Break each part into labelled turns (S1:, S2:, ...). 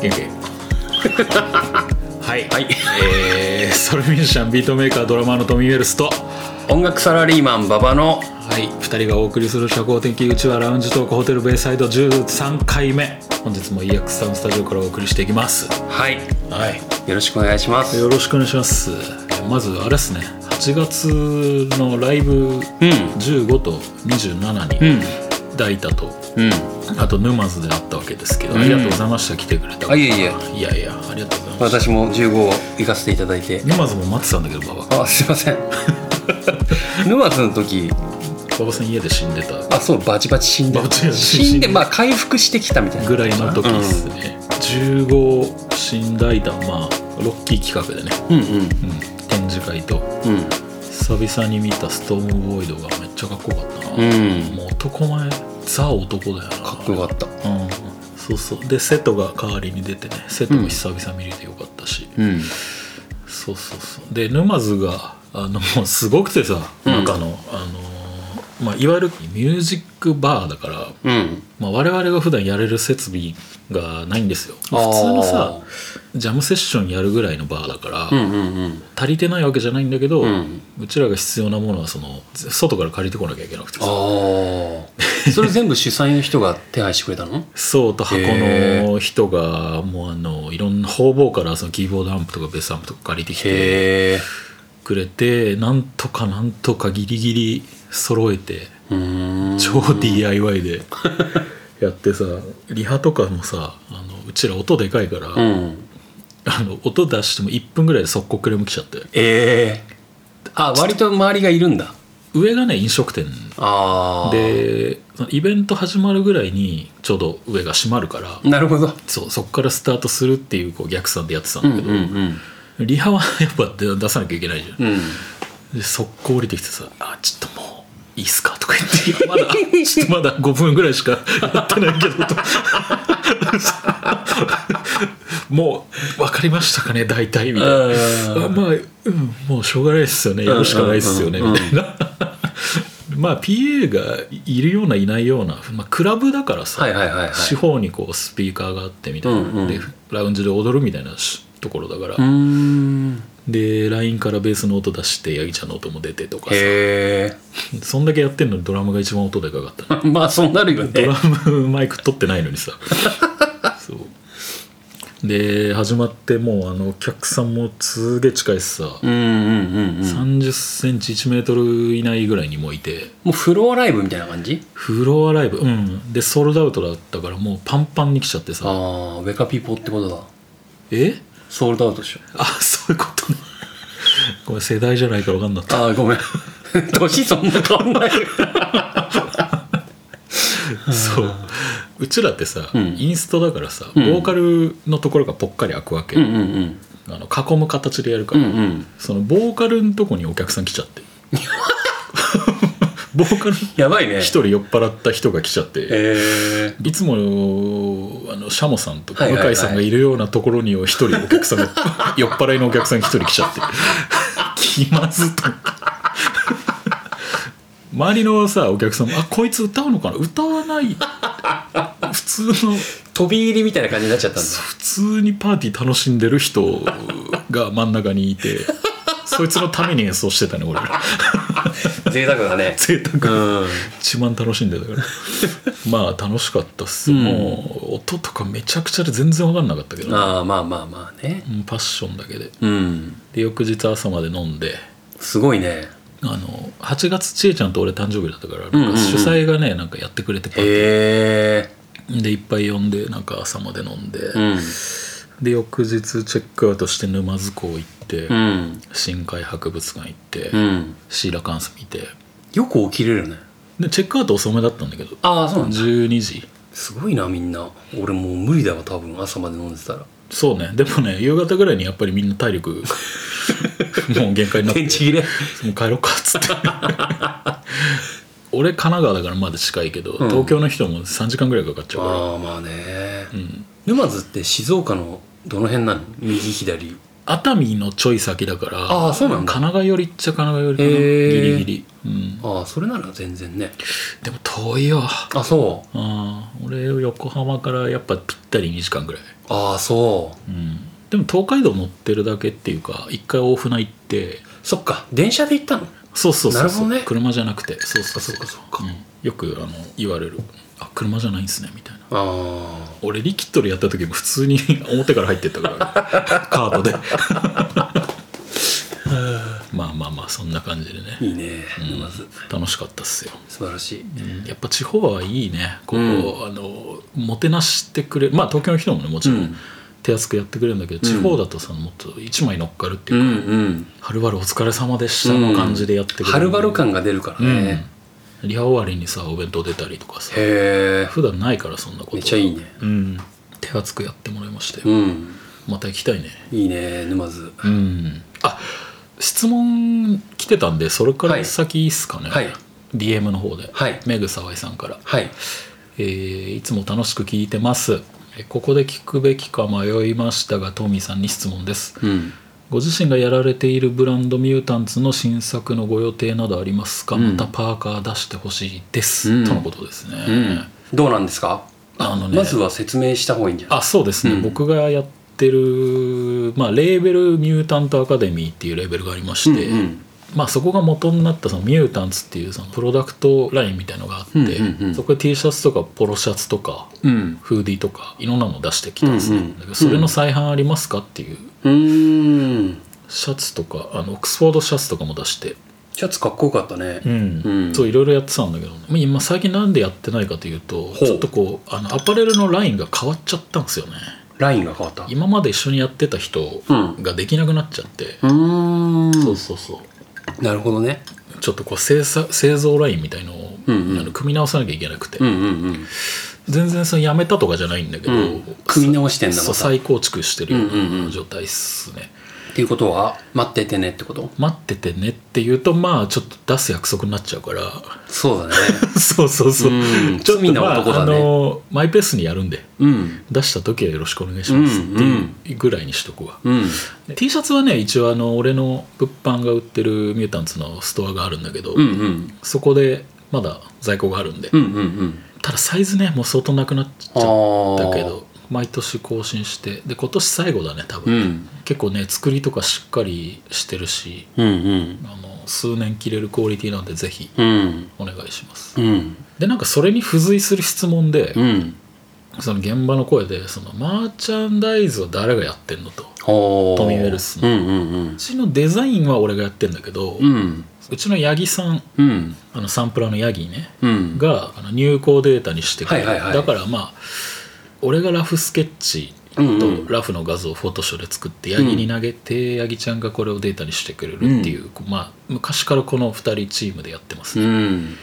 S1: 元気はい、はい、えー、ソルミュージシャンビートメーカードラマーのトミー・ウェルスとは
S2: 音楽サラリーマン馬場の
S1: い2人がお送りする社交的うちはラウンジトークホテルベイサイド13回目本日も EX サウンスタジオからお送りしていきます
S2: はい
S1: はい
S2: よろしくお願いします
S1: よろしくお願いしますまずあれですね8月のライブ
S2: ん
S1: 15と27に抱いたと、
S2: うん
S1: あと沼津であったわけですけど、
S2: ん
S1: ありがとうございました来てくれた方
S2: あいえいえ
S1: いやいやありがとうございました
S2: 私も15を行かせていただいて
S1: 沼津も待ってたんだけど馬場
S2: あすいま せん沼津の時
S1: 馬場さん家で死んでた
S2: あそうバチバチ死んで
S1: バチバチ死んで
S2: 死んでまあ回復してきたみたいな
S1: ぐらいの時ですね、15新大団まあロッキー企画でね、
S2: うんうん
S1: うん、展示会と
S2: うん
S1: 久々に見たストームボーイドがめっちゃかっこよかったな、
S2: うん
S1: もう男前ザ男だよな
S2: かっこよかった
S1: うんそうそうで瀬戸が代わりに出てね瀬戸も久々見れてよかったし、
S2: うん
S1: そうそうそうで沼津があのもうすごくてさ、
S2: うん
S1: なんかあの、あのーまあ、いわゆるミュージックバーだから、
S2: うん
S1: まあ、我々が普段やれる設備がないんですよ
S2: あー
S1: 普通のさジャムセッションやるぐらいのバーだから、
S2: うんうんうん
S1: 足りてないわけじゃないんだけど、
S2: うん
S1: うちらが必要なものはその外から借りてこなきゃいけなくて
S2: あ
S1: さ
S2: あそれ全部主催の人が手配してくれたの
S1: そうと箱
S2: へ
S1: の人がもうあのいろんな方々からそのキーボードアンプとかベースアンプとか借りてきて
S2: へえ
S1: くれてなんとかなんとかギリギリ揃えて
S2: うーん
S1: 超 DIY でやってさリハとかもさあのうちら音でかいから、
S2: うん
S1: あの音出しても1分ぐらいで速攻クレーム来ちゃって
S2: ええあ割と周りがいるんだ
S1: 上がね飲食店
S2: ああ
S1: でそのイベント始まるぐらいにちょうど上が閉まるから、
S2: なるほど
S1: そうそこからスタートするっていうこう逆算でやってたん
S2: う
S1: だ
S2: ん
S1: け
S2: う
S1: ど、
S2: ん
S1: リハはやっぱ出出さなきゃいけないじゃん
S2: うんうん
S1: で速攻降りてきてさ「あちょっともういいっすか」とか言っていや「まだちょっとまだ5分ぐらいしかやってないけど」と「もう分かりましたかね大体」みたいな
S2: うん
S1: あまあ、うん、もうしょうがないですよねやるしかないですよね
S2: うんうん
S1: み
S2: うん
S1: たいな まあ PA がいるようないないような、まあ、クラブだからさ、
S2: はいはいはいはい
S1: 四方にこうスピーカーがあってみたいな、
S2: うんうん
S1: でラウンジで踊るみたいなしところだから、
S2: うーん
S1: で LINE からベースの音出してヤギちゃんの音も出てとかさ
S2: へ
S1: そんだけやってんのにドラムが一番音でかかったね
S2: え まあそうなるよ
S1: ド
S2: ね
S1: ラムマイク取ってないのに さそうで始まってもうあのお客さんもすげえ近いしさ、
S2: うんうんうんうん
S1: 3 0ンチ1メートル以内ぐらいにもいて
S2: もうフロアライブみたいな感じ
S1: フロアライブうんでソールドアウトだったからもうパンパンに来ちゃって
S2: あ
S1: さ
S2: あウェカピーポってことだ
S1: え
S2: ソールドアウトでしょ
S1: あそういうことね ごめん世代じゃないから分かんなかった
S2: ああごめん 年そんな変わんない
S1: そううちらってさ、
S2: うん
S1: インストだからさボ
S2: うん
S1: ーカルのところがぽっかり開くわけ、
S2: うんうんうん
S1: あの囲む形でやるか
S2: う
S1: ら、
S2: んうん
S1: そのボーカルのとこにお客さん来ちゃって ボーカル
S2: やばいね
S1: 一人酔っ払った人が来ちゃって、
S2: へえ
S1: いつもあのシャモさんとか
S2: はい
S1: 向
S2: はいはい
S1: 井さんがいるようなところに一人お客さんが 酔っ払いのお客さん一人来ちゃって 気まずっと周りのさお客さんも「あこいつ歌うのかな歌わない」普通の
S2: 飛び入りみたいな感じになっちゃったんだ
S1: 普通にパーティー楽しんでる人が真ん中にいてそいつのために演奏してたね俺ら
S2: 贅沢だね
S1: 贅沢
S2: うん
S1: 一番楽しんで たからまあ楽しかったっす、
S2: うん
S1: もう音とかめちゃくちゃで全然分かんなかったけど
S2: ああまあまあまあね
S1: うんパッションだけで
S2: うん
S1: で翌日朝まで飲んです
S2: ごいね
S1: あの8月ちえちゃんと俺誕生日だったから
S2: うんうん
S1: なんか主催がねなんかやってくれてパーテ
S2: へえ
S1: ィーでいっぱい呼んでなんか朝まで飲んで、
S2: うん
S1: で翌日チェックアウトして沼津港行って、
S2: うん
S1: 深海博物館行って、
S2: うん
S1: シーラカンス見て
S2: よく起きれるね
S1: でチェックアウト遅めだったんだけど
S2: ああそうなんだ
S1: 12時
S2: すごいなみんな俺もう無理だわ多分朝まで飲んでたら
S1: そうねでもね夕方ぐらいにやっぱりみんな体 力もう限界になって
S2: 電池切れ
S1: もう帰ろうかっつって 俺神奈川だからまだ近いけど、
S2: ん
S1: 東京の人も3時間ぐらいかかっちゃうから
S2: ああまあね、
S1: ん
S2: 沼津って静岡のどの辺なの右左
S1: 熱海のちょい先だから
S2: ああそうな
S1: 神
S2: んだ
S1: 奈川寄りっちゃ神奈川寄りかな
S2: へー
S1: ギリギリ、うん、
S2: ああそれなら全然ね
S1: でも遠いよ
S2: あそう
S1: あー俺横浜からやっぱぴったり2時間ぐらい、
S2: ああそう
S1: うん、でも東海道乗ってるだけっていうか一回大船行って
S2: そっか電車で行ったの
S1: そうそうそうそう
S2: なるほどね
S1: 車じゃなくてそうそうそう
S2: そっかそっかそっか
S1: うんよくあの言われるあ車じゃないんすねみたいな
S2: ああ
S1: 俺リキッドルやった時も普通に 表から入ってったから、ね、カートで まあまあまあそんな感じでね
S2: いいね
S1: うん
S2: 沼津
S1: 楽しかったっすよ、
S2: 素晴らしい
S1: やっぱ地方はいいねこう、
S2: うん
S1: あのもてなしてくれるまあ東京の人もねもちろん、
S2: うん
S1: 手厚くやってくれるんだけど地方だとさもっと一枚乗っかるっていううか、
S2: んうん
S1: はるばるお疲れ様でしたの感じでやってくれる、
S2: はるばる感が出るからね、
S1: うん、リハ終わりにさお弁当出たりとかさ
S2: へえ
S1: 普段ないからそんなこと
S2: めっちゃいいね
S1: うん、手厚くやってもらいまして、
S2: うん
S1: また行きたいね
S2: いいね沼津
S1: うんあ質問来てたんでそれか
S2: は
S1: ら
S2: い
S1: 先いいっすかね、
S2: はい
S1: DM の方で、
S2: はい
S1: メグサワイさんから
S2: はい
S1: えーいつも楽しく聞いてますえーここで聞くべきか迷いましたがトミーさんに質問です
S2: うん
S1: ご自身がやられているブランドミュータンツの新作のご予定などありますか、
S2: うん
S1: またパーカー出してほしいです、
S2: うん
S1: とのことですね、
S2: うんどうなんですか
S1: あのね
S2: まずは説明した方がいいんじゃない
S1: あそうですね、
S2: うん
S1: 僕がやってる、まあ、レーベルミュータントアカデミーっていうレーベルがありま
S2: う
S1: し
S2: ん
S1: て、
S2: うん
S1: まあ、そこが元になったそのミュータンツっていうそのプロダクトラインみたいのがあって、
S2: うんうんうん
S1: そこで T シャツとかポロシャツとか
S2: うん
S1: フーディーとかいろんなの出してきたんですね、
S2: うんうん
S1: だけどそれの再販ありますかっていう
S2: うーん
S1: シャツとかあのオックスフォードシャツとかも出して、
S2: シャツかっこよかったねうん
S1: そういろいろやってたんだけど、ね、今最近なんでやってないかというと
S2: う
S1: ちょっとこうあのアパレルのラインが変わっちゃったんですよね
S2: ラインが変わったう
S1: 今まで一緒にやってた人
S2: うん
S1: ができなくなっちゃって、
S2: ー
S1: そ
S2: ん
S1: うそうそう
S2: なるほどね
S1: ちょっとこう生産製造ラインみたいのを、
S2: うんうん
S1: あの組み直さなきゃいけなくて、
S2: うんうんうん
S1: 全然そのやめたとかじゃないんだけど、
S2: うん組み直してんだまた
S1: そう再構築してるよ
S2: うんうん
S1: う
S2: う
S1: なん状態っすね、
S2: っていうことは待っててねってこと
S1: 待っててねって言うとまあちょっと出す約束になっちゃうから
S2: そうだね
S1: そうそうそう、
S2: うん
S1: ちょっと
S2: 罪な
S1: まあ
S2: 男だ
S1: あ
S2: ね
S1: のマイペースにやるんで
S2: うん
S1: 出した時はよろしくお願いしますっていうぐらいにしとくわ、
S2: うん
S1: で T シャツはね一応あの俺の物販が売ってるミュータンツのストアがあるんだけど、
S2: うんうん
S1: そこでまだ在庫があるんで、
S2: うんうんうん
S1: ただサイズねもう相当なくなっちゃ
S2: あ
S1: っ
S2: ー
S1: たけど毎年更新してで今年最後だね多
S2: う
S1: 分、
S2: ん
S1: 結構ね作りとかしっかりしてるし
S2: うんうん
S1: あの数年着れるクオリティなんでぜひ
S2: うん
S1: お願いします
S2: うん
S1: でなんかそれに付随する質問で、
S2: うん
S1: その現場の声でそのマーチャンダイズは誰がやってんのと
S2: おー
S1: トミーウェルス
S2: う
S1: の
S2: んうんうん
S1: うちのデザインは俺がやってんだけど、う
S2: うん
S1: ちの八木さん
S2: うん
S1: あのサンプラーのヤギね
S2: うん
S1: があの入稿データにしてくれる、
S2: はいはいはい
S1: だからまあ俺がラフスケッチ
S2: うんう
S1: と
S2: ん
S1: ラフの画像をフォトショーで作ってヤギに投げて、ヤギちゃんがこれをデータにしてくれるっていう、まあ昔からこの2人チームでやってます
S2: う
S1: ね、
S2: ん
S1: で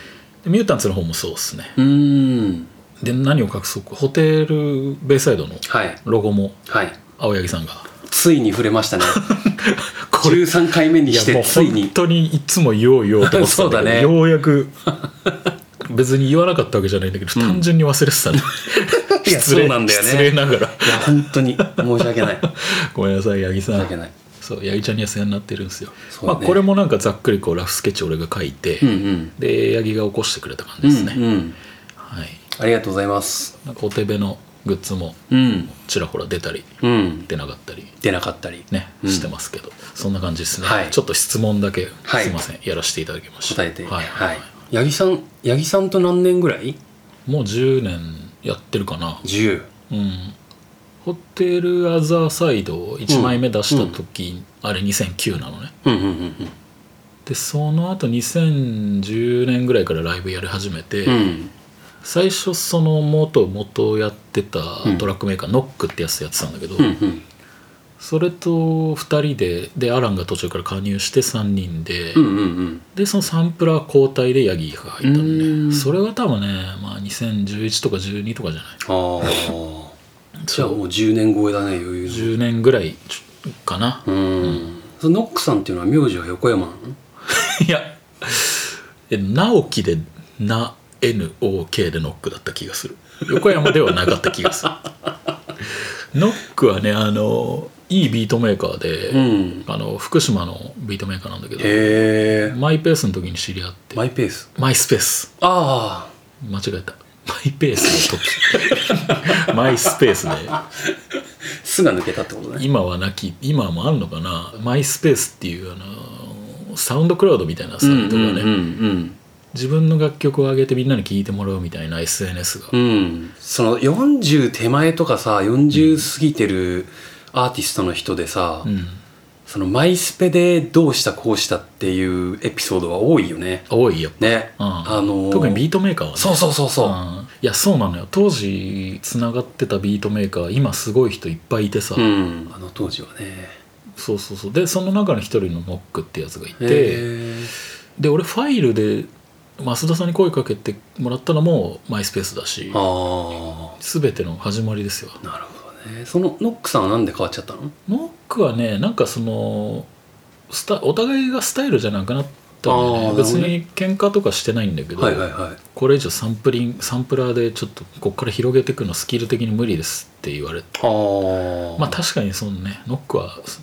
S1: ミュータンツの方もそうですね
S2: うん
S1: で何を隠そうかホテルベイサイドの
S2: はい
S1: ロゴも
S2: はい
S1: 青柳さんが
S2: ついに触れました ね
S1: これ
S2: 13回目に
S1: いや
S2: し
S1: もう
S2: てつい
S1: 本
S2: に
S1: 当にいつも言おう言おうと思ってたんだけど
S2: そうだね
S1: ようやく別に言わなかったわけじゃないんだけど、単純に忘れてたね
S2: いや
S1: 失
S2: そ
S1: 礼
S2: うなんだよね
S1: 失礼ながら
S2: いや本当に申し訳ない申し
S1: ごめんなさい八木さ
S2: 訳
S1: ん
S2: ない
S1: そう八木ちゃんには世話になってるんですよ、
S2: そう
S1: ま
S2: ね
S1: あこれもなんかざっくりこうラフスケッチを俺が書いて、
S2: うんうん
S1: で八木が起こしてくれた感じ
S2: う
S1: です
S2: ん
S1: ね、
S2: うん
S1: はい
S2: ありがとうございます
S1: なんかお手べのグッズも
S2: うん
S1: ちらほら出たり
S2: うん
S1: 出なかったり
S2: 出なかったり
S1: ね、
S2: うん
S1: してますけどそんな感じですね、
S2: はい
S1: ちょっと質問だけ、
S2: はい
S1: すいませんやらせていただきました
S2: 答えて
S1: はい、
S2: はい八木さん八木さんと何年ぐらい
S1: もう10年やってるかな
S2: 10
S1: うんホテルアザーサイドを1枚目出した時、あれ2009なのね
S2: うんうんうんうん
S1: でその後2010年ぐらいからライブやり始めて、
S2: うん
S1: 最初その元元やってた
S2: うん
S1: トラックメーカー、ノックってやつやってたんだけど、
S2: うんうん
S1: それと2人ででアランが途中から加入して3人で、
S2: うんうん
S1: でそのサンプラー交代でヤギが入ったの
S2: う
S1: ね
S2: ん
S1: それが多分ね、まあ、2011とか12とかじゃない
S2: あ あじゃあ
S1: そう
S2: もう10年超えだね余裕
S1: 10年ぐらいちょかな、
S2: うんそのノックさんっていうのは名字は横山な の
S1: いやえ直樹でな NOK でノックだった気が する横山ではなかった気がするノックはねあのいいビートメーカーで、
S2: うん
S1: あの福島のビートメーカーなんだけど
S2: へえ
S1: マイペースの時に知り合って
S2: マイペース
S1: マイスペース
S2: あ
S1: 間違えたマイペースの時 マイスペースで
S2: あ巣が抜けたってことね
S1: 今はなき今もあんのかなマイスペースっていうあのサウンドクラウドみたいなサイトがね、
S2: うん
S1: 自分の楽曲を上げてみんなに聴いてもらうみたいな SNS が、
S2: うんうんその40手前とかさ40過ぎてるアーティストの人でさ、
S1: うん、
S2: そのマイスペでどうしたこうしたっていうエピソードは多いよね
S1: 多いよ、
S2: ね、
S1: うん
S2: あのー
S1: 特にビートメーカーはね
S2: そうそうそうそ
S1: う
S2: う、
S1: んいやそうなのよ当時つながってたビートメーカー今すごい人いっぱいいてさ、
S2: うん、あの当時はね
S1: そうそうそうでその中の一人のノックってやつがいて
S2: へえ
S1: で俺ファイルで増田さんに声かけてもらったのもマイスペースだし
S2: あ
S1: 全ての始まりですよ
S2: あなるほどねそのノックさんはなんで変わっちゃったの
S1: ノックはねなんかそのスタお互いがスタイルじゃなくなったんで、
S2: あ
S1: ね、
S2: ー
S1: 別
S2: なる
S1: に喧嘩とかしてないんだけど、
S2: はいはいはい
S1: これ以上サンプリンサンプラーでちょっとこっから広げていくのスキル的に無理ですって言われて
S2: ああ
S1: まあ確かにそのねノックはそ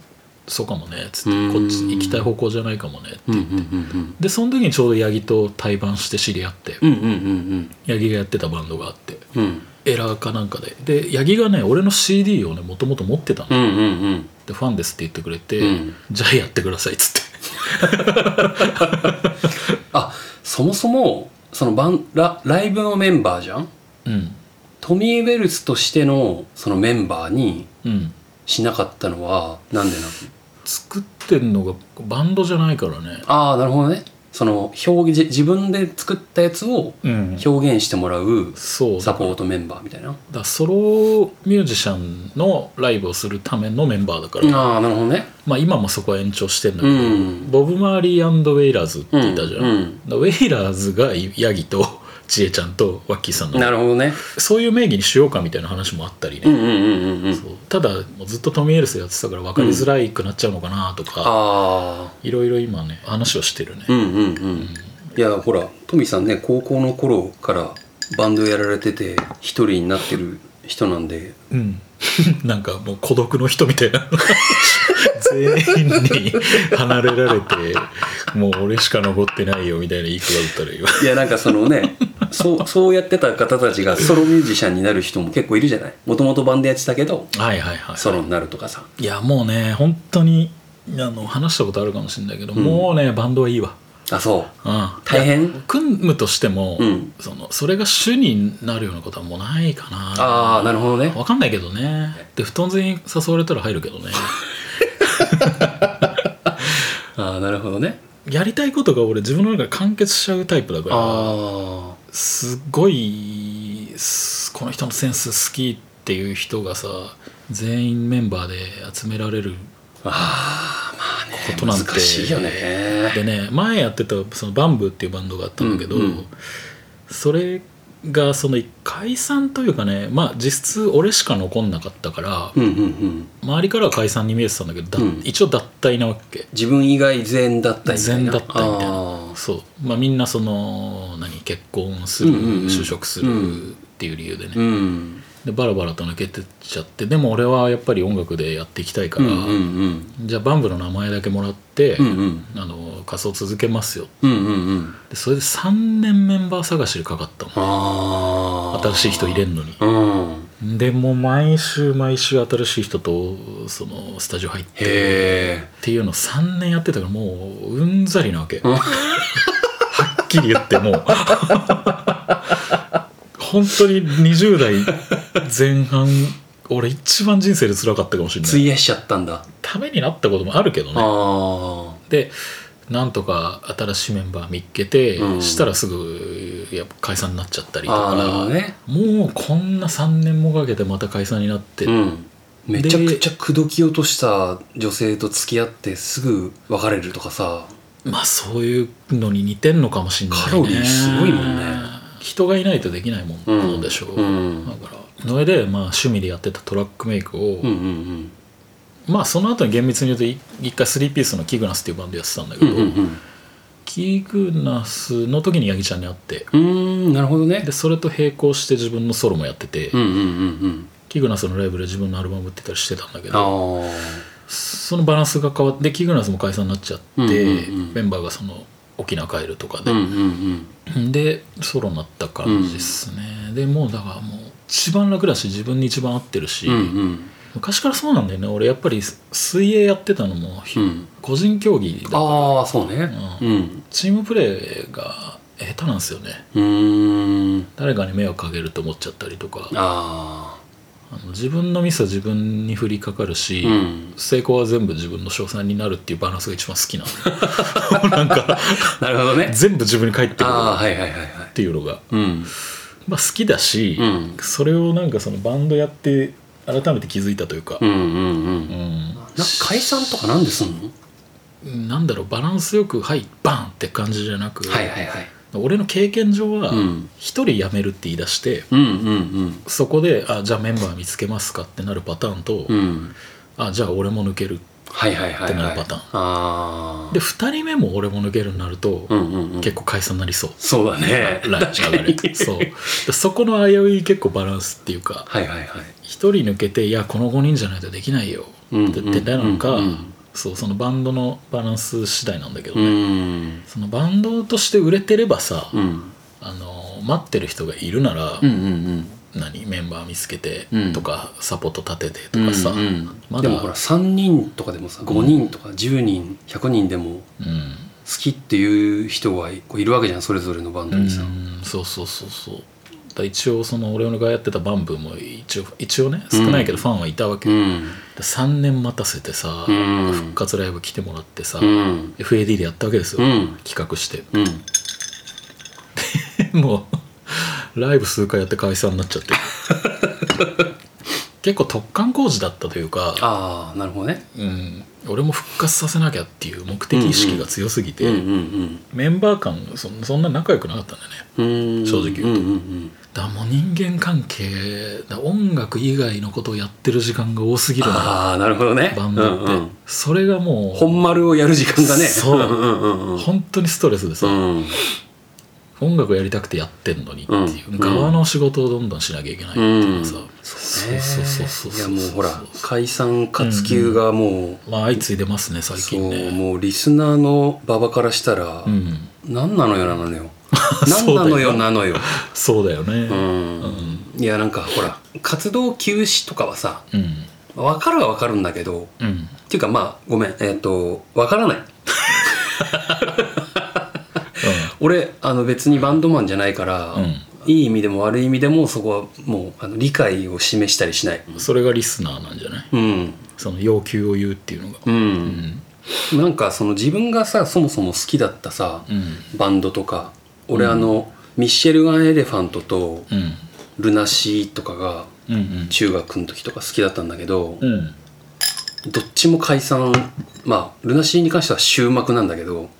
S1: そうかもねつっ
S2: う
S1: て
S2: ん
S1: こっち行きたい方向じゃないかもね
S2: うんうんうん
S1: でその時にちょうど八木と対バンして知り合って
S2: うんうんうんうん
S1: 八木がやってたバンドがあって
S2: うんうん
S1: エラーかなんかでで八木がね俺の CD をねもともと持ってたの、
S2: うんうんうん
S1: でファンですって言ってくれて、
S2: うん
S1: じゃあやってくださいっつって
S2: あそもそもそのバンラライブのメンバーじゃん
S1: うん
S2: トミー・ウェルスとしてのそのメンバーに
S1: うん
S2: しなかったのはなんでなの
S1: 作ってんのがバンドじゃないからね
S2: ああなるほどねその表現自分で作ったやつを
S1: うん
S2: 表現してもらう
S1: そう
S2: サ
S1: だ
S2: ポートメンバーみたいな
S1: だソロミュージシャンのライブをするためのメンバーだから、
S2: ああなるほどね
S1: まあ今もそこは延長してんだけ
S2: う
S1: ど、
S2: ん
S1: ボブ・マーリーウェイラーズっていたじゃん、
S2: うん
S1: だウェイラーズがヤギと 千恵ちゃんとワッキーさん
S2: うん
S1: の
S2: なるほどね
S1: そういう名義にしようかみたいな話もあったり
S2: う
S1: ね、
S2: んうんうんうんうん
S1: そうただもうずっとトミー・エルスやってたから分かりづらいくなっちゃうのかなとか、
S2: ああ
S1: いろいろ今ね話をしてるね、
S2: うんうんうんいやほらトミーさんね高校の頃からバンドやられてて一人になってる人なんで
S1: うん なんかもう孤独の人みたい な全員に離れられてもう俺しか残ってないよみたいな言い方だったら今
S2: いやなんかそ のねそうそうやってた方たちがソロミュージシャンになる人も結構いるじゃないもともとバンドやってたけど
S1: はいはいはい
S2: ソロになるとかさ
S1: いやもうね本当にあの話したことあるかもしれないけど、
S2: うん
S1: もうねバンドはいいわ、
S2: あそう
S1: うん、
S2: 大変
S1: いや組むとしても、
S2: うん
S1: そのそれが主になるようなことはもうないかな
S2: ああなるほどね
S1: わかんないけどねで布団全員誘われたら入るけどね
S2: ああなるほどね
S1: やりたいことが俺自分の中で完結しちゃうタイプだから
S2: あ
S1: すっごいすこの人のセンス好きっていう人がさ全員メンバーで集められる
S2: あああまあね
S1: ことなんて
S2: 難しいよね
S1: でね前やってたそのバンブーっていうバンドがあったんだけど、
S2: うんうん
S1: それがその解散というかねまあ実質俺しか残んなかったから、
S2: うんうんうん
S1: 周りからは解散に見えてたんだけど、だ
S2: うん
S1: 一応脱退なわけ
S2: 自分以外全だったり
S1: 全だったみたいな
S2: ああ
S1: そうまあみんなその何結婚する、
S2: うんうんうん
S1: 就職するっていう理由でね、
S2: うん
S1: でバラバラと抜けてっちゃってでも俺はやっぱり音楽でやっていきたいか
S2: うん
S1: ら、
S2: うんうん
S1: じゃあバンブーの名前だけもらって、
S2: うんうん
S1: あの仮装続けますよ
S2: うんうんうん
S1: でそれで3年メンバー探しにかかったの
S2: ああ
S1: 新しい人入れ
S2: る
S1: んのに
S2: うん
S1: でもう毎週毎週新しい人とそのスタジオ入って
S2: へえ
S1: っていうの3年やってたからもううんざりなわけはっきり言ってもう本当に20代前半俺一番人生で辛かったかもしれない
S2: 費やしちゃったんだ
S1: ためになったこともあるけどね
S2: あ
S1: でなんとか新しいメンバー見っけて、
S2: うん
S1: したらすぐやっぱ解散になっちゃったり
S2: ー
S1: とか
S2: あーなるほどね
S1: もうこんな3年もかけてまた解散になって、
S2: うんめちゃくちゃ口説き落とした女性と付き合ってすぐ別れるとかさ
S1: まあそういうのに似てんのかもしんないね
S2: カロリーすごいもんね
S1: 人がいないとできないも
S2: うん
S1: んでしょう、
S2: うん
S1: だからそれでまあ趣味でやってたトラックメイクを、
S2: うんうん
S1: まあその後に厳密に言うとい一回スリーピースのキグナスっていうバンドやってたんだけ
S2: うん
S1: ど、
S2: うんうん
S1: キグナスの時に八木ちゃんに会って
S2: うんうーんなるほどね
S1: でそれと並行して自分のソロもやってて、
S2: うんうんうんうん
S1: キグナスのライブで自分のアルバム売ってたりしてたんだけ
S2: あ
S1: ど
S2: ー
S1: そのバランスが変わってキグナスも解散になっちゃって、
S2: うんうんうん
S1: メンバーがその沖縄帰るとか
S2: う
S1: で
S2: ん、うん
S1: でソロになった感じですね、でもうだからもう一番楽だし自分に一番合ってるし、
S2: うんうん
S1: 昔からそうなんだよね俺やっぱり水泳やってたのも、
S2: うんうん
S1: 個人競技だ
S2: ああそうねうん
S1: チームプレーが下手なんですよね
S2: うーん
S1: 誰かに迷惑かけると思っちゃったりとか
S2: あ
S1: あの自分のミスは自分に降りかかるし、
S2: あうん
S1: 成功は全部自分の賞賛になるっていうバランスが一番好きなの なんか
S2: なるほどね
S1: 全部自分に返ってくる
S2: ああ
S1: っ
S2: はいはいはいはい
S1: ていうのが、
S2: うん
S1: まあ、好きだし、
S2: うん
S1: それをなんかそのバンドやって改めて気づいたというか、
S2: うんうんうん
S1: う
S2: なん解散とかなんですんの
S1: なんだろうバランスよく「はいバン!」って感じじゃなく、
S2: はいはいはい
S1: 俺の経験上は
S2: うん
S1: 一人辞めるって言い出して、
S2: うんうん
S1: そこであじゃあメンバー見つけますかってなるパターンと、
S2: うんうん
S1: あじゃあ俺も抜ける
S2: はいはいはい
S1: ってな
S2: は
S1: る
S2: い
S1: パターン
S2: ああ
S1: で2人目も俺も抜けるになると、
S2: うんうんうん
S1: 結構解散になりそう
S2: そうだね
S1: ライン
S2: 確か
S1: 流れ
S2: に
S1: そうでそこの危うい結構バランスっていうか
S2: はいはいはい
S1: 1人抜けていやこの5人じゃないとできないよ
S2: うん
S1: って言ってなのか、
S2: うんうん
S1: そうそのバンドのバランス次第なんだけど
S2: う
S1: ね、
S2: ん
S1: そのバンドとして売れてればさ、
S2: うん
S1: あの待ってる人がいるなら、
S2: うんうん
S1: 何メンバー見つけて
S2: うん
S1: とか、サポート立てて
S2: う
S1: と
S2: ん
S1: かさ、
S2: うんうん
S1: まだ
S2: でもほら3人とかでもさ5人とか10人100人でも
S1: うん
S2: 好きっていう人がこういるわけじゃんそれぞれのバンドにさ、
S1: うんそうそうそうそうだから一応その俺がやってたバンブーも一応一応ね少ないけどファンはいたわけ、
S2: うん
S1: 3年待たせてさ、
S2: うん
S1: 復活ライブ来てもらってさ、
S2: うん、
S1: FAD でやったわけですよ、
S2: うん
S1: 企画して
S2: うん、
S1: もうライブ数回やって解散になっちゃって 結構突貫工事だったというか、
S2: ああなるほどね
S1: うん、俺も復活させなきゃっていう目的意識が強すぎて、
S2: うんうん
S1: メンバー間そそんな仲良くなかったんだよね
S2: うんうん
S1: 正直言
S2: う
S1: うん
S2: うん
S1: だもう人間関係だ音楽以外のことをやってる時間が多すぎるな
S2: ああなるほどね
S1: バンドって、
S2: うんうん、
S1: それがもう
S2: 本丸をやる時間がね
S1: そうん
S2: うんうんうん
S1: 本当にストレスでさ、
S2: うん
S1: 音楽やりたくてやってんのにっていう、
S2: うん
S1: 側の仕事をどんどんしなきゃいけないっていうかさ、
S2: うん
S1: そうそうそうそう
S2: い
S1: そ
S2: や
S1: う
S2: もうほら
S1: そうそう
S2: 解散活休がもう、
S1: まあ相次いでますね最近
S2: そう
S1: ね
S2: もうリスナーの馬場からしたら、
S1: うん
S2: 何なのよなのよ
S1: そ
S2: 何
S1: う
S2: な
S1: だよ
S2: のよなのよ
S1: そうだよね
S2: う
S1: うん
S2: ん、いやなんかほら活動休止とかはさ
S1: うん、
S2: 分かるは分かるんだけどっていうかまあごめんえっ、と分からない俺あの別にバンドマンじゃないから、
S1: うん
S2: いい意味でも悪い意味でもそこはもうあの理解を示したりしない
S1: うんそれがリスナーなんじゃない
S2: うん
S1: その要求を言うっていうのが
S2: うん、
S1: うん
S2: なんかその自分がさそもそも好きだったさ、
S1: うん
S2: バンドとか俺
S1: うん
S2: あの、ミッシェル・ガン・エレファントと
S1: うん
S2: ルナシーとかが
S1: うんうん
S2: 中学の時とか好きだったんだけど、
S1: うん、
S2: どっちも解散まあルナシーに関しては終幕なんだけど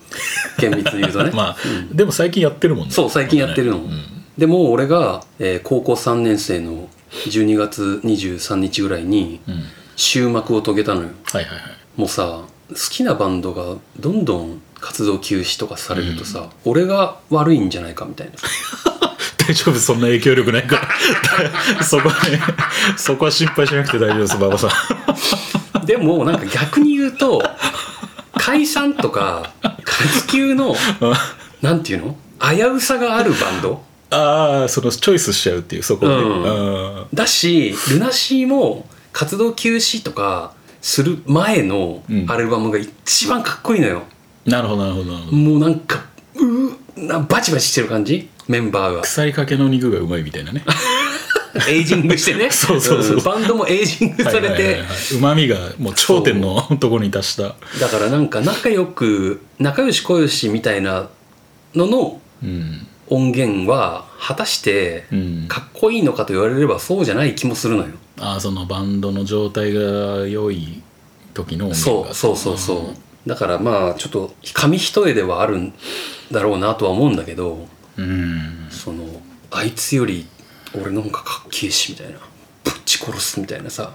S2: 厳密に言うとね
S1: まあ、
S2: うん
S1: でも最近やってるもんね
S2: そう最近やってるの
S1: うん
S2: でもう俺が、えー高校3年生の12月23日ぐらいに
S1: うん
S2: 終幕を遂げたのよ
S1: はいはいはい
S2: もうさ好きなバンドがどんどん活動休止とかされるとさ、俺が悪いんじゃないかみたいな
S1: 大丈夫そんな影響力ないからそこはねそこは心配しなくて大丈夫です馬場さん
S2: でもなんか逆に言うと解散とか活休のなんていうの危うさがあるバンド
S1: ああそのチョイスしちゃうっていうそこはね、
S2: うん
S1: うん
S2: だしルナシーも活動休止とかする前の
S1: うん
S2: アルバムが一番かっこいいのよ、
S1: なるほどなるほどなるほど
S2: もうなんかうーなバチバチしてる感じメンバーが
S1: 腐りかけの肉がうまいみたいな ね
S2: エイジングして ね
S1: そうそうそうん
S2: バンドもエイジングされて
S1: うまみがもう頂点のところに達した
S2: だからなんか仲良く仲良し小良しみたいなのの
S1: うん
S2: 音源は果たして
S1: うん
S2: かっこいいのかと言われればそうじゃない気もするのよ
S1: ああそのバンドの状態が良い時の音
S2: そうそうそうそう、だからまあちょっと紙一重ではあるんだろうなとは思うんだけど
S1: うん、うん、
S2: そのあいつより俺の方がかっけえしみたいなぶっち殺すみたいなさ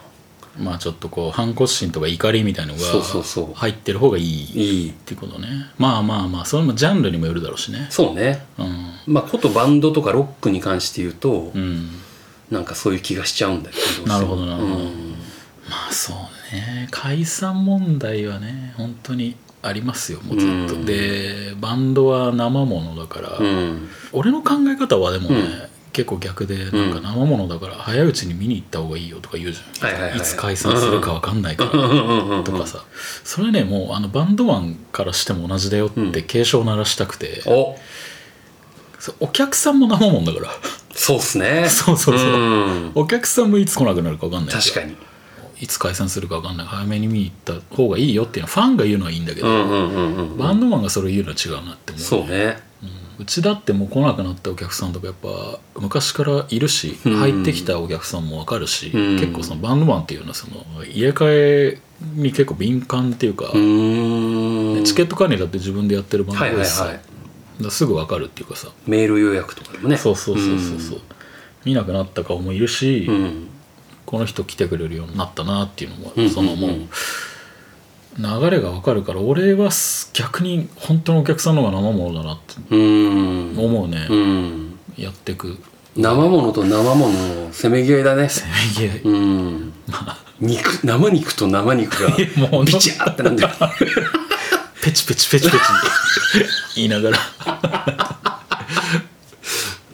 S1: まあちょっとこう反骨心とか怒りみたいのが
S2: そうそうそう
S1: 入ってる方がいいっ
S2: いい
S1: ていうことねまあまあまあそれもジャンルにもよるだろうしね
S2: そうね
S1: うん
S2: まあことバンドとかロックに関して言うと、
S1: うん
S2: なんかそういう気がしちゃうんだよねうしても
S1: なるほどなるほど
S2: うん
S1: まあそうね解散問題はね本当にありますよもうずっと、
S2: うん
S1: でバンドは生ものだから、
S2: うん
S1: 俺の考え方はでもね、
S2: うん
S1: 結構逆でなんか生ものだから早いうちに見に行った方がいいよとか言うじゃん、
S2: はいはいはい
S1: いつ解散するか分かんないから、とかさそれねもうあのバンドマンからしても同じだよ
S2: う
S1: っ
S2: ん
S1: て警鐘を鳴らしたくて、
S2: お
S1: そうお客さんも生もんだから
S2: そうっすね
S1: そうそうそう
S2: うん
S1: お客さんもいつ来なくなるか分かんない
S2: 確かに
S1: いつ解散するか分かんない早めに見に行った方がいいよっていうのはファンが言うのはいいんだけ
S2: う
S1: ど、
S2: んうんうんうん
S1: バンドマンがそれ言うのは違うなって思う
S2: そうね
S1: うちだってもう来なくなったお客さんとかやっぱ昔からいるし
S2: うん
S1: 入ってきたお客さんも分かるし、
S2: うん
S1: 結構そのバンドマンっていうのはその入れ替えに結構敏感っていうか、
S2: うーん
S1: チケット管理だって自分でやってるバンド
S2: はいはい
S1: だしさ、
S2: はい
S1: だからすぐ分かるっていうかさ
S2: メール予約とかでもね
S1: そうそうそうそうそう見なくなった顔もいるし、
S2: うんうん
S1: この人来てくれるようになったなっていうのも、
S2: うん
S1: そのもう
S2: うんうん
S1: 流れが分かるから俺は逆に本当のお客さんの方が生ものだなって
S2: うーん
S1: 思うね、
S2: うん
S1: やってく
S2: 生ものと生もののせめぎ合いだね
S1: いや
S2: うん肉生肉と生肉が
S1: もう
S2: ビチャーってなんだよ
S1: ペチペチペチペチ 言いながら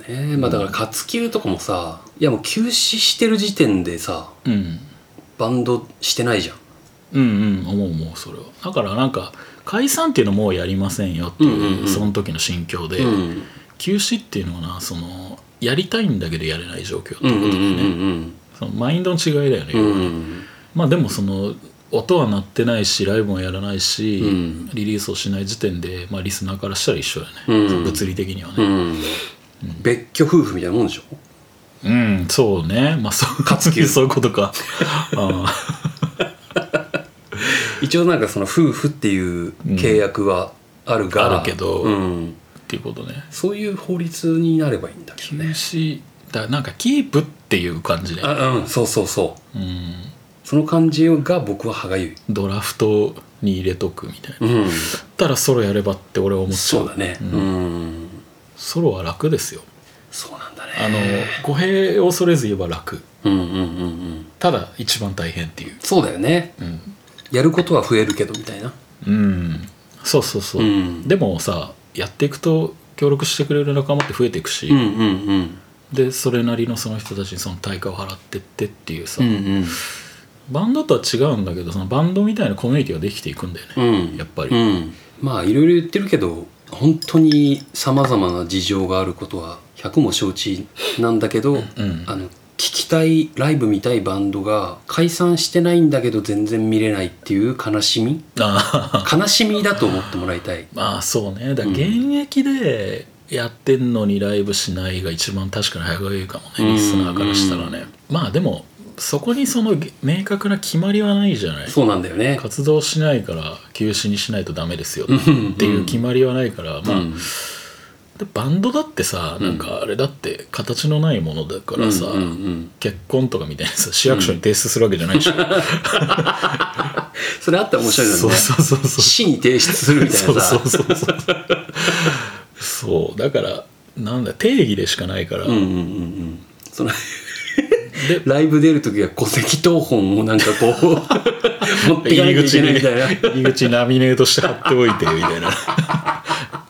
S2: ねえまあだから活休とかもさいやもう休止してる時点でさ
S1: うん
S2: バンドしてないじゃん
S1: うんうん思う思うそれはだからなんか解散っていうのもうやりませんよっていう,、
S2: うんうんうん
S1: その時の心境で、
S2: うん
S1: 休止っていうのはなそのやりたいんだけどやれない状況ってこと
S2: う
S1: だ
S2: ん
S1: よ
S2: うん
S1: ね、
S2: うん
S1: そのマインドの違いだよね、
S2: うんうん
S1: まあでもその音は鳴ってないしライブもやらないし、
S2: うん
S1: リリースをしない時点で、まあ、リスナーからしたら一緒だよね、
S2: うん
S1: その物理的には
S2: う
S1: ね
S2: ん別居夫婦みたいなもんでしょ
S1: うん、そうねまあ そう
S2: かつ き
S1: そういうこと かあ
S2: 一応なんかその夫婦っていう契約はあるが、
S1: うんあるけど
S2: うん
S1: あっていうことね
S2: そういう法律になればいいんだけ
S1: 休
S2: どね
S1: 止だなんかキープっていう感じで、
S2: あうんそうそうそう
S1: うん、
S2: その感じが僕は歯がゆい、
S1: ドラフトに入れとくみたいな
S2: うん、
S1: たらソロやればって俺は思っちゃう
S2: そうだねうん、
S1: ソロは楽ですよ
S2: そうなんだ
S1: あ
S2: ね
S1: の語弊を恐れず言えば楽
S2: うんうんうんうん
S1: ただ一番大変っていう
S2: そうだよね
S1: うん、
S2: やることは増えるけどみたいな
S1: うん、そうそうそう、
S2: うん
S1: でもさやっていくと協力してくれる仲間って増えていくし、
S2: うんうんうん
S1: でそれなりのその人たちにその対価を払ってってっていうさ、
S2: うん
S1: バンドとは違うんだけどそのバンドみたいなコミュニティができていくんだよね、
S2: うんうん
S1: やっぱり
S2: うんまあいろいろ言ってるけど本当にさまざまな事情があることは100も承知なんだけど、
S1: うん
S2: あの聞きたいライブ見たいバンドが解散してないんだけど全然見れないっていう悲しみ
S1: ああ
S2: 悲しみだと思ってもらいたい
S1: まあそうねだ
S2: うん
S1: 現役でやってんのにライブしないが一番確かに早がいいかも
S2: う
S1: ね
S2: ん
S1: リスナーからしたらね、まあでもそこにその明確な決まりはないじゃない
S2: そうなんだよね
S1: 活動しないから休止にしないとダメですよっ
S2: ん
S1: ていう決まりはないから、まあ、
S2: うん
S1: でバンドだってさなんかあれだって形のないものだからさ、
S2: うんうんうん
S1: 結婚とかみたいなさ市役所に提出するわけじゃないでしょ、
S2: それあ ったら面白いのに
S1: そう
S2: ね
S1: そうそうそう
S2: 死に提出するみたい
S1: そ
S2: な
S1: うそ
S2: さ
S1: うそうそうそうだからなんだ定義でしかないから、
S2: うんうんうんうんその
S1: で
S2: ライブ出る時は戸籍謄本をなんか こう持っていかな
S1: 入り口
S2: きゃいけない
S1: に
S2: みたいな
S1: 入り口ラミネートして貼っておいてみたいな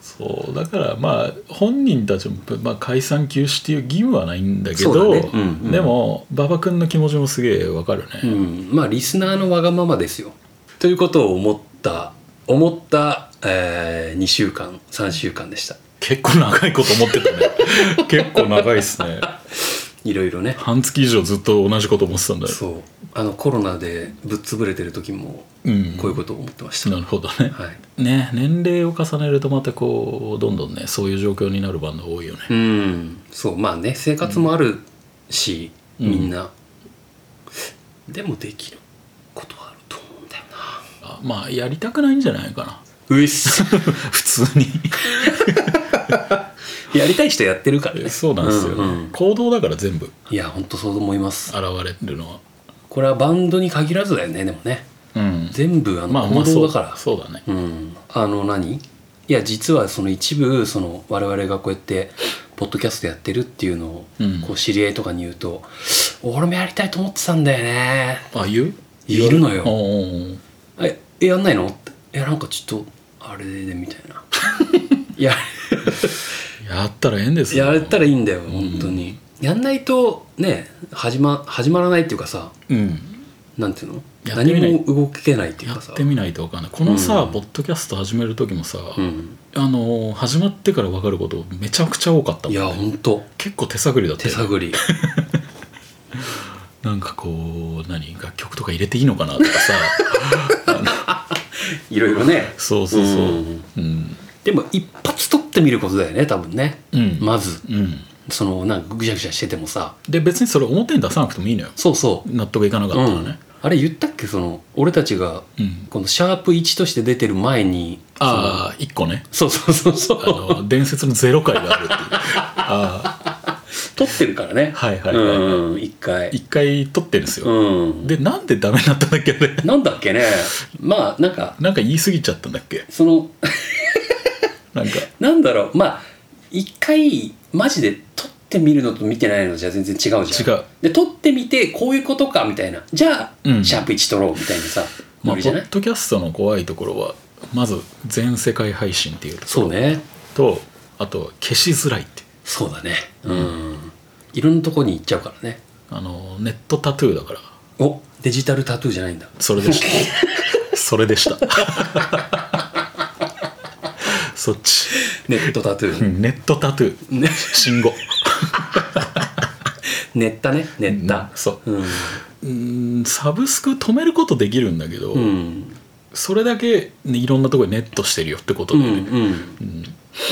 S1: そうだからまあ本人たちも、まあ、解散休止っていう義務はないんだけ
S2: そ
S1: ど
S2: うだねうんうん
S1: でも馬場君の気持ちもすげえわかるね、
S2: うん、まあリスナーのわがままですよ。ということを思った思った、え2週間3週間でした
S1: 結構長いこと思ってたね結構長いっすね
S2: いろいろね
S1: 半月以上ずっと同じこと思ってたんだよ
S2: そうあのコロナでぶっ潰れてる時も
S1: うん
S2: こういうことを思ってました、
S1: なるほどね
S2: はい、
S1: ね年齢を重ねるとまたこうどんどんねそういう状況になるバンドが多いよね
S2: うんそうまあね生活もあるし、
S1: うん
S2: みんなでもできることはあると思うんだよな
S1: あまあやりたくないんじゃないかな
S2: うっす
S1: 普通 に
S2: やりたい人やってるからね
S1: そうなんですよ、ね
S2: うんうん
S1: 行動だから全部
S2: いや本当そう思います
S1: 現れるのは
S2: これはバンドに限らずだよねでもね
S1: うん
S2: 全部あ
S1: まあ
S2: の
S1: ま
S2: 行
S1: あそ
S2: 動
S1: う
S2: だから、
S1: そうだね
S2: うん、あの何いや実はその一部その我々がこうやってポッドキャストやってるっていうのを、
S1: うん
S2: こう知り合いとかに言うと「俺もやりたいと思ってたんだよね
S1: あ言う
S2: いるのよ
S1: おうおう
S2: ええやんないの?」って「えなんかちょっとあれで」みたいな 「いや
S1: やったらええんです
S2: やれた
S1: ら
S2: らいいんだよ本当に、やんないとね始ま始まらないっていうかさ
S1: うん
S2: なんていうの
S1: やって
S2: 何
S1: みない
S2: も動けないっていう
S1: や
S2: かさ
S1: ってみないとわかんないこのさ、
S2: うん
S1: ポッドキャスト始める時もさ、
S2: うん、
S1: あのー始まってから分かることめちゃくちゃ多かった
S2: いや
S1: もん、ね、
S2: 本当
S1: 結構手探りだった
S2: 手
S1: よね
S2: 探り
S1: なんかこう何楽曲とか入れていいのかなとかさ
S2: いろいろね
S1: そうそうそう
S2: うん
S1: うん
S2: でも一発撮ってみることだよね多分ね
S1: うん、
S2: まず
S1: うん、
S2: そのなんかぐちゃぐちゃしててもさ
S1: で別にそれ表に出さなくてもいいのよ
S2: そうそう、
S1: 納得いかなかっ
S2: う
S1: たら
S2: ん
S1: ね、、
S2: あれ言ったっけその俺たちが
S1: うん
S2: このシャープ1として出てる前に
S1: ああ一個ね
S2: そのそうそうそう
S1: あ
S2: そう
S1: の伝説のゼロ回があるっ ていうあ
S2: 撮ってるからね
S1: はいはいはい
S2: うんうん一回
S1: ー一回撮ってるんですよ、
S2: うん
S1: でなんでダメになったんだっけあれ
S2: なんだっけねまあなんか
S1: なんか言い過ぎちゃったんだっけ
S2: その
S1: なんか
S2: なんだろうまあ一回マジで撮ってみるのと見てないのじゃ全然違うじゃん
S1: 違う
S2: で撮ってみてこういうことかみたいなじゃあ、
S1: うん
S2: シャープ1撮ろうみたいなさ
S1: まあ、ポ
S2: ノリじゃない
S1: ッドキャストの怖いところはまず全世界配信っていうと
S2: そうね
S1: とあと消しづらいっていう
S2: そうだねうんいろんなとこに行っちゃうからね
S1: あのネットタトゥーだから
S2: おデジタルタトゥーじゃないんだ
S1: それでした それでしたそっち
S2: ネットタトゥ
S1: う
S2: ー
S1: んネットタトゥー
S2: ね
S1: 信号
S2: ネッタねネッ
S1: な
S2: タ
S1: そう
S2: うん、
S1: うーんサブスク止めることできるんだけど、
S2: うん
S1: それだけ、ね、いろんなところにネットしてるよってこと
S2: う
S1: で
S2: ん
S1: ね、
S2: うん
S1: うん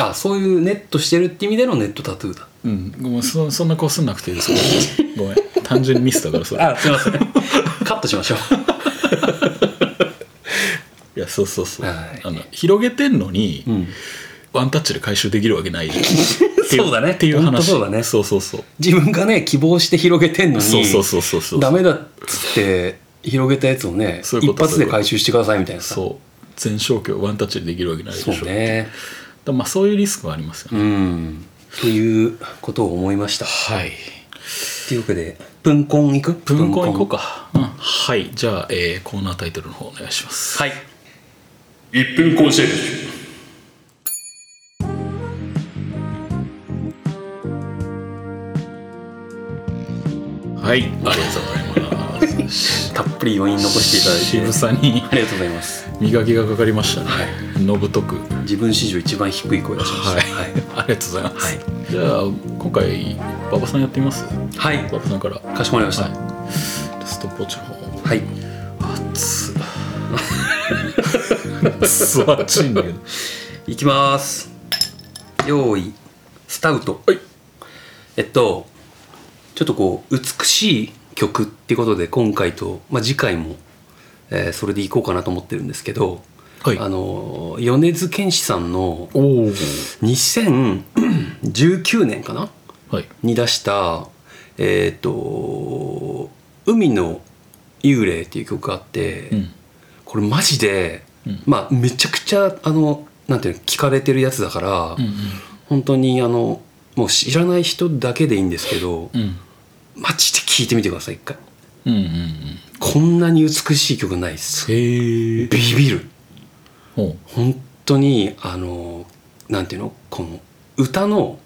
S2: あそういうネットしてるって意味でのネットタトゥーだ
S1: うんごめんそそんな顔すんなくてい いですごめん単純にミスだからそれ
S2: あすいません カットしましょう
S1: いやそうそうそう、
S2: はい
S1: あの広げてんのに、
S2: うん、
S1: ワンタッチで回収できるわけないじゃんってい
S2: そうだね
S1: っていう
S2: ほんと
S1: 話
S2: そうだね
S1: そうそうそう
S2: 自分がね希望して広げてんのに
S1: そうそうそうそうそう
S2: ダメだっつって広げたやつをね
S1: そういうこと
S2: 一発で回収してくださいみたいなさ
S1: そう全消去ワンタッチでできるわけないでしょ
S2: そうね
S1: だまあそういうリスクはありますよ
S2: う
S1: ね、
S2: んということを思いました
S1: はい
S2: というわけでプンコン行く
S1: 文庫行こう
S2: か
S1: か、うん、はいじゃあ、えーコーナータイトルの方お願いします
S2: はい1分コンシェルジ
S1: はいありがとうございます
S2: ュたっぷり余韻残していただいて
S1: 渋さに
S2: ありがとうございます
S1: 磨きがかかりましたね、のぶとくはい
S2: 自分史上一番低い声出しましたはい
S1: ありがとうございます、
S2: はい
S1: じゃあ今回馬場さんやってみます
S2: はい、
S1: 馬場さんからは
S2: かしこまりました
S1: いストップウォッチの方
S2: はい、
S1: 熱っ熱っ熱いんだけど
S2: い、きます用意スタウト
S1: はい
S2: えっとちょっとこう美しい曲ってことで今回と、まあ、次回も、えーそれでいこうかなと思ってるんですけど、
S1: はい
S2: あの米津玄師さんの
S1: おお
S2: 2019年かな
S1: はい
S2: に出した「えっと海の幽霊」っていう曲があって、
S1: うん
S2: これマジで、
S1: うん
S2: まあめちゃくちゃあのなんていうの聞かれてるやつだから、
S1: うん
S2: 本当にあのもう知らない人だけでいいんですけど、
S1: うん
S2: マジで聞いてみてください一回
S1: うんうんうん
S2: こんなに美しい曲ないっす
S1: へえ
S2: ビビる
S1: おう
S2: 本当にあのなんていうのこの歌の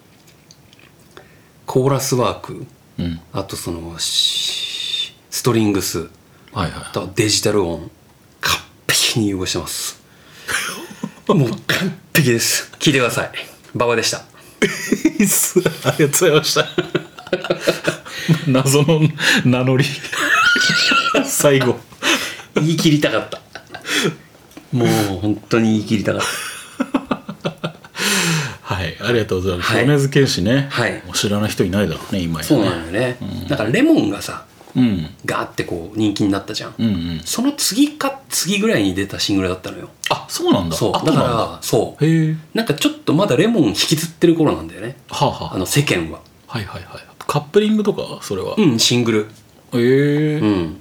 S2: コーラスワーク
S1: うん
S2: あとそのしストリング
S1: はい
S2: スあ
S1: は
S2: とデジタル音完璧に融合してます もう完璧です聞いてください馬場でした
S1: いすありがとうございました謎の名乗り最後
S2: 言い切りたかったもう本当に言い切りたかった
S1: はいありがとうございます
S2: はい
S1: 米津玄師ね、
S2: はい
S1: もう知らない人いないだろうね今やね
S2: そうなんよね、だからレモンがさ
S1: うん
S2: ガーってこう人気になったじゃん、
S1: うんうん
S2: その次か次ぐらいに出たシングルだったのよ
S1: あそうなんだ
S2: そう
S1: あ
S2: だ
S1: なん
S2: からそう
S1: へえ
S2: なんかちょっとまだレモン引きずってる頃なんだよね
S1: はあ、は
S2: あ
S1: あ、
S2: の世間は
S1: はいはいはいカップリングとかそれは、
S2: うんシングル
S1: ええ
S2: うん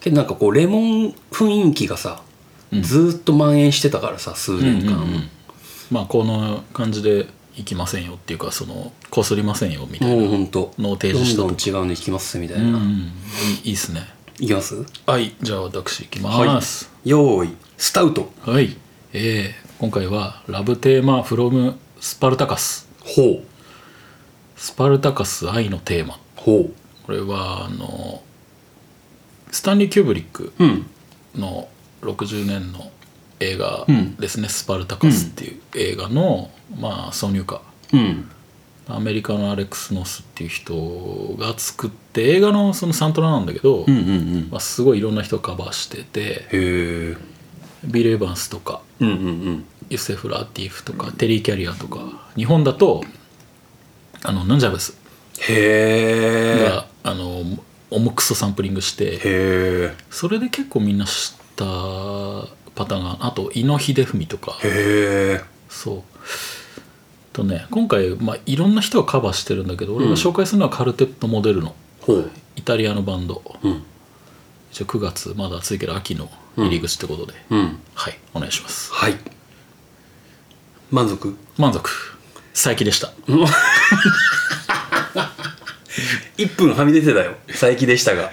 S2: けどなんかこうレモン雰囲気がさ、
S1: うん
S2: ずーっと蔓延してたからさ数
S1: うん
S2: 年間、
S1: うんうんまあこの感じで行きませんよっていうかそのこすりませんよみたい
S2: もう
S1: な
S2: ほんと
S1: のを提
S2: ど
S1: 示
S2: ん
S1: した
S2: ど
S1: と
S2: ん違うの行きますみたい
S1: うんう
S2: な、
S1: んいいいっすね
S2: いきます
S1: はいじゃあ私行きます
S2: よーいスタウト
S1: はい、えー今回は「ラブテーマ from スパルタカス」
S2: ほう
S1: 「スパルタカス愛のテーマ
S2: ほ」
S1: これはあのスタンリー・キューブリック
S2: ううん
S1: の60年の映画
S2: うん
S1: ですね「スパルタカス」っていう映画の、まあ挿入歌
S2: うん
S1: アメリカのアレックス・ノスっていう人が作って映画のそのサントラなんだけど、
S2: うんうんうん
S1: まあ、すごいいろんな人がカバーしてて
S2: へえ
S1: ビル・エヴァンスとか
S2: うんうんうん
S1: ユセフ・ラティーフとかテリー・キャリアとか日本だとあのヌンジャベス
S2: へえ
S1: が、あの重くそサンプリングして
S2: へ
S1: それで結構みんな知ったパターンがあと井野秀文とか
S2: えへえ
S1: そうとね今回、まあ、いろんな人がカバーしてるんだけど俺が紹介するのはカルテット・モデルの
S2: ほう
S1: イタリアのバンド
S2: うん
S1: 一応9月まだ暑いけど秋の入り口ってことで、
S2: うん
S1: はいお願いします
S2: はい満足
S1: 満足佐伯でした
S2: 1分はみ出てたよ佐伯でしたが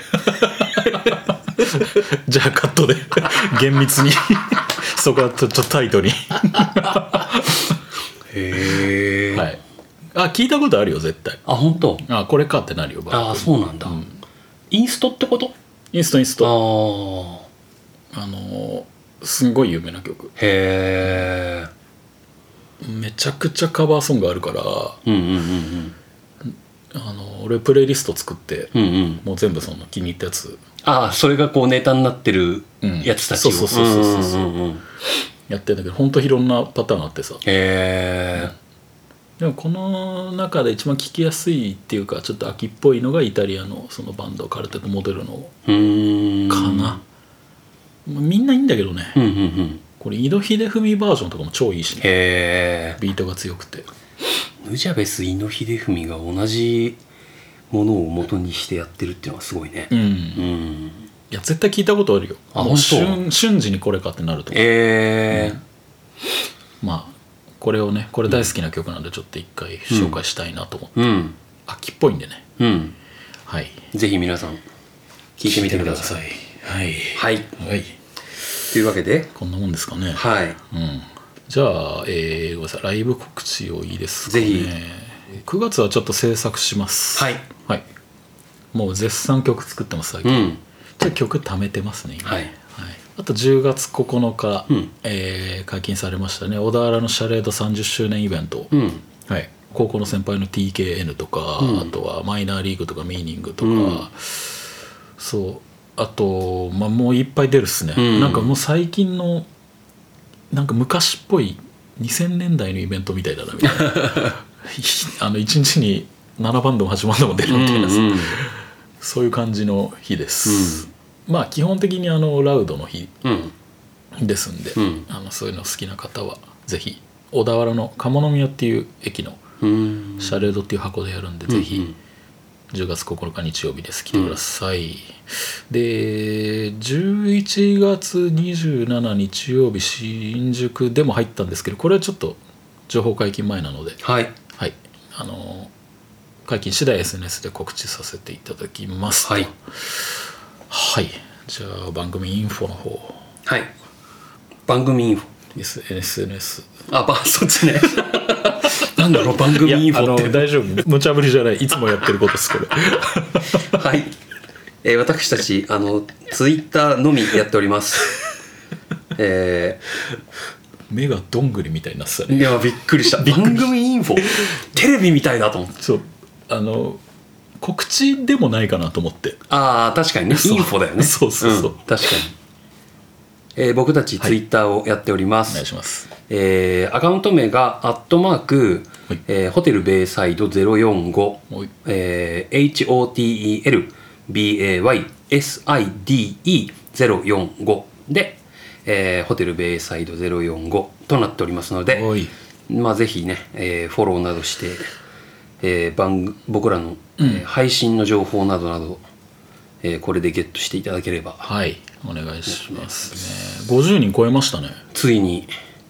S1: じゃあカットで 厳密に そこはちょっとタイトに
S2: へえ、
S1: はいあ聞いたことあるよ絶対
S2: あ本当
S1: あこれかってなるよ
S2: あ
S1: ば
S2: あそうなんだ、インストってこと
S1: インストインスト
S2: ああ
S1: あのーすんごい有名な曲
S2: へえ
S1: めちゃくちゃカバーソングあるから
S2: うんうんうん
S1: あのー俺プレイリスト作って
S2: うんうんうん
S1: もう全部その気に入ったやつ
S2: ああそれがこうネタになってる
S1: うん
S2: やつたちを
S1: そうそうそうそうそうん
S2: んんん
S1: やってんだけどほんといろんなパターンあってさ
S2: へえ
S1: でもこの中で一番聴きやすいっていうかちょっと秋っぽいのがイタリアのそのバンドカルテットモデルの
S2: うーん
S1: かな、まあみんないいんだけどね、
S2: うんうんうん
S1: これ井戸秀文バージョンとかも超いいしね
S2: へえ
S1: ビートが強くて
S2: ヌジャベス井野秀文が同じものを元にしてやってるっていうのはすごいね
S1: うん
S2: う
S1: い
S2: ん
S1: や絶対聞いたことあるよ
S2: あ
S1: もう
S2: 本
S1: 瞬瞬時にこれかってなると
S2: えー
S1: まあこれをねこれ大好きな曲なんでちょっと一回紹介したいなと思って、
S2: うん
S1: 秋っぽいんでね
S2: うん
S1: はい
S2: ぜひ皆さん聞いてみてください
S1: 聞いてください
S2: はい
S1: はい、はい、
S2: というわけで
S1: こんなもんですかね
S2: はい
S1: うんじゃあ、えー、ごめんなさいライブ告知をいいですか、ね、
S2: ぜひ
S1: 9月はちょっと制作します
S2: はい、
S1: はい、もう絶賛曲作ってます最
S2: う
S1: 近、
S2: ん
S1: じゃあ曲貯めてますね今
S2: はい
S1: あと10月9日、
S2: うん
S1: えー解禁されましたね小田原のシャレード30周年イベント、
S2: うん
S1: はい、高校の先輩の TKN とか、
S2: うん
S1: あとはマイナーリーグとかミーニングとか、
S2: うん
S1: そうあと、まあ、もういっぱい出るっすね、
S2: うん
S1: なんかもう最近のなんか昔っぽい2000年代のイベントみたいだなみたい なあの1日に7バンドも8バンドも出るみたいなさ、
S2: うんうん
S1: そういう感じの日です、まあ基本的にあのラウドの日
S2: うん
S1: ですんで、
S2: うん
S1: あのそういうの好きな方はぜひ小田原の鴨宮っていう駅の
S2: うん
S1: シャレードっていう箱でやるんで、ぜひ10月9日日曜日です来てください、で11月27日曜日新宿でも入ったんですけどこれはちょっと情報解禁前なので
S2: はい
S1: はいあの解禁次第 SNS で告知させていただきます
S2: はい
S1: はいじゃあ番組インフォの方
S2: はい番組インフォ
S1: S- SNS
S2: あばそっち ねなんだろう番組インフォっ
S1: いやあの
S2: て
S1: 大丈夫無茶ぶりじゃないいつもやってることですこれ
S2: はい、えー私たちあのツイッターのみやっており ますえ
S1: 目がどんぐりみたいになってたね
S2: ーいやびっくりした 番組インフォテレビみたいだと思って
S1: そうあの告知でもないかなと思って
S2: ああ確かにねインフォだよね
S1: そうそうそうそうん
S2: 確かに、えー僕たちツイッターをやっておりま
S1: お
S2: す、
S1: 願いします
S2: えーアカウント名がアットマーク、
S1: はい
S2: えーホテルベイサイド045
S1: もうい
S2: えー HOTELBAYSIDE045 で、えーホテルベイサイド045となっておりますので、
S1: おい
S2: まあ、ぜひね、えーフォローなどして、えー番僕らの、えー配信の情報などなど、えーこれでゲットしていただければ
S1: はいお願いしますね50人超えましたね
S2: ついに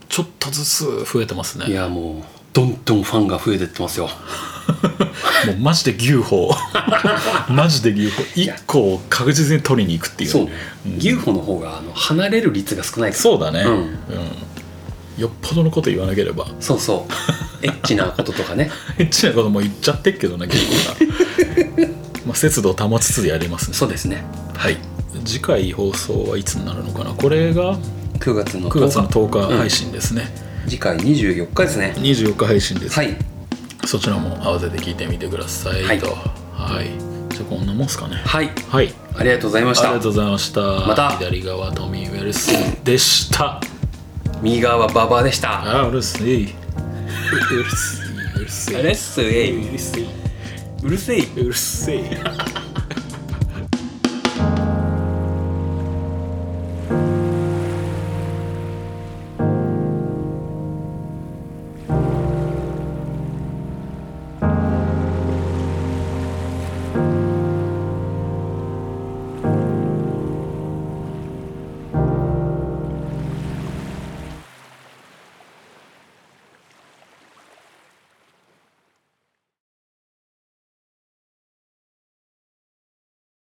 S1: ちょっとずつ増えてます
S2: い
S1: ね
S2: やもうどんどんファンが増えてってますよ
S1: もうマジで牛歩 マジで牛歩1個を確実に取りに行くっていう
S2: そうね
S1: ん
S2: 牛歩の方があの離れる率が少ないから
S1: そうだね、
S2: う
S1: うんんよっぽどのこと言わなければ
S2: そうそう エッチなこととかね
S1: エッチなことも言っちゃってっけどね結構 なまあ節度を保ちつつやりますね
S2: そうですね
S1: はい次回放送はいつになるのかなこれが
S2: 9月の
S1: 9月の
S2: 10
S1: 10日配信ですね、
S2: 日次回24日ですね
S1: 24日配信です、
S2: はい
S1: そちらも合わせて聞いてみてください
S2: はい
S1: とはい、じゃあこんなもんすかね
S2: はい
S1: はい
S2: ありがとうございまし
S1: あり
S2: た
S1: がとうございました
S2: また
S1: 左側トミー・ウェルスでした
S2: 右側はババアでした
S1: あうるせえうるせえうるせえ
S2: うるせえ
S1: うるせえ
S2: うるせえ
S1: うるせえ